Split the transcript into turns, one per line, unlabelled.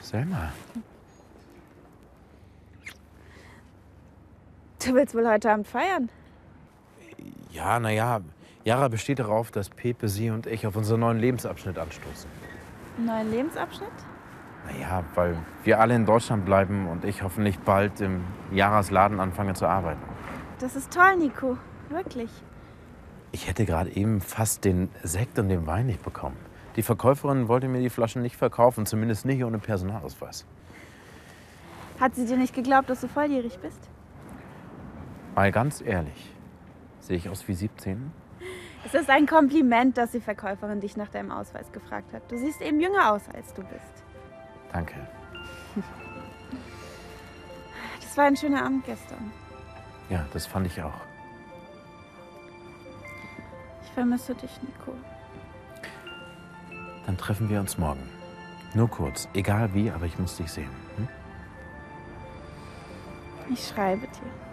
Selma.
Du willst wohl heute Abend feiern?
Ja, naja, Jara besteht darauf, dass Pepe, sie und ich auf unseren neuen Lebensabschnitt anstoßen.
Neuen Lebensabschnitt?
Naja, weil wir alle in Deutschland bleiben und ich hoffentlich bald im Jaras Laden anfange zu arbeiten.
Das ist toll, Nico. Wirklich.
Ich hätte gerade eben fast den Sekt und den Wein nicht bekommen. Die Verkäuferin wollte mir die Flaschen nicht verkaufen, zumindest nicht ohne Personalausweis.
Hat sie dir nicht geglaubt, dass du volljährig bist?
Mal ganz ehrlich, sehe ich aus wie 17?
Es ist ein Kompliment, dass die Verkäuferin dich nach deinem Ausweis gefragt hat. Du siehst eben jünger aus, als du bist.
Danke.
Das war ein schöner Abend gestern.
Ja, das fand ich auch.
Ich vermisse dich, Nico.
Dann treffen wir uns morgen. Nur kurz, egal wie, aber ich muss dich sehen. Hm?
Ich schreibe dir.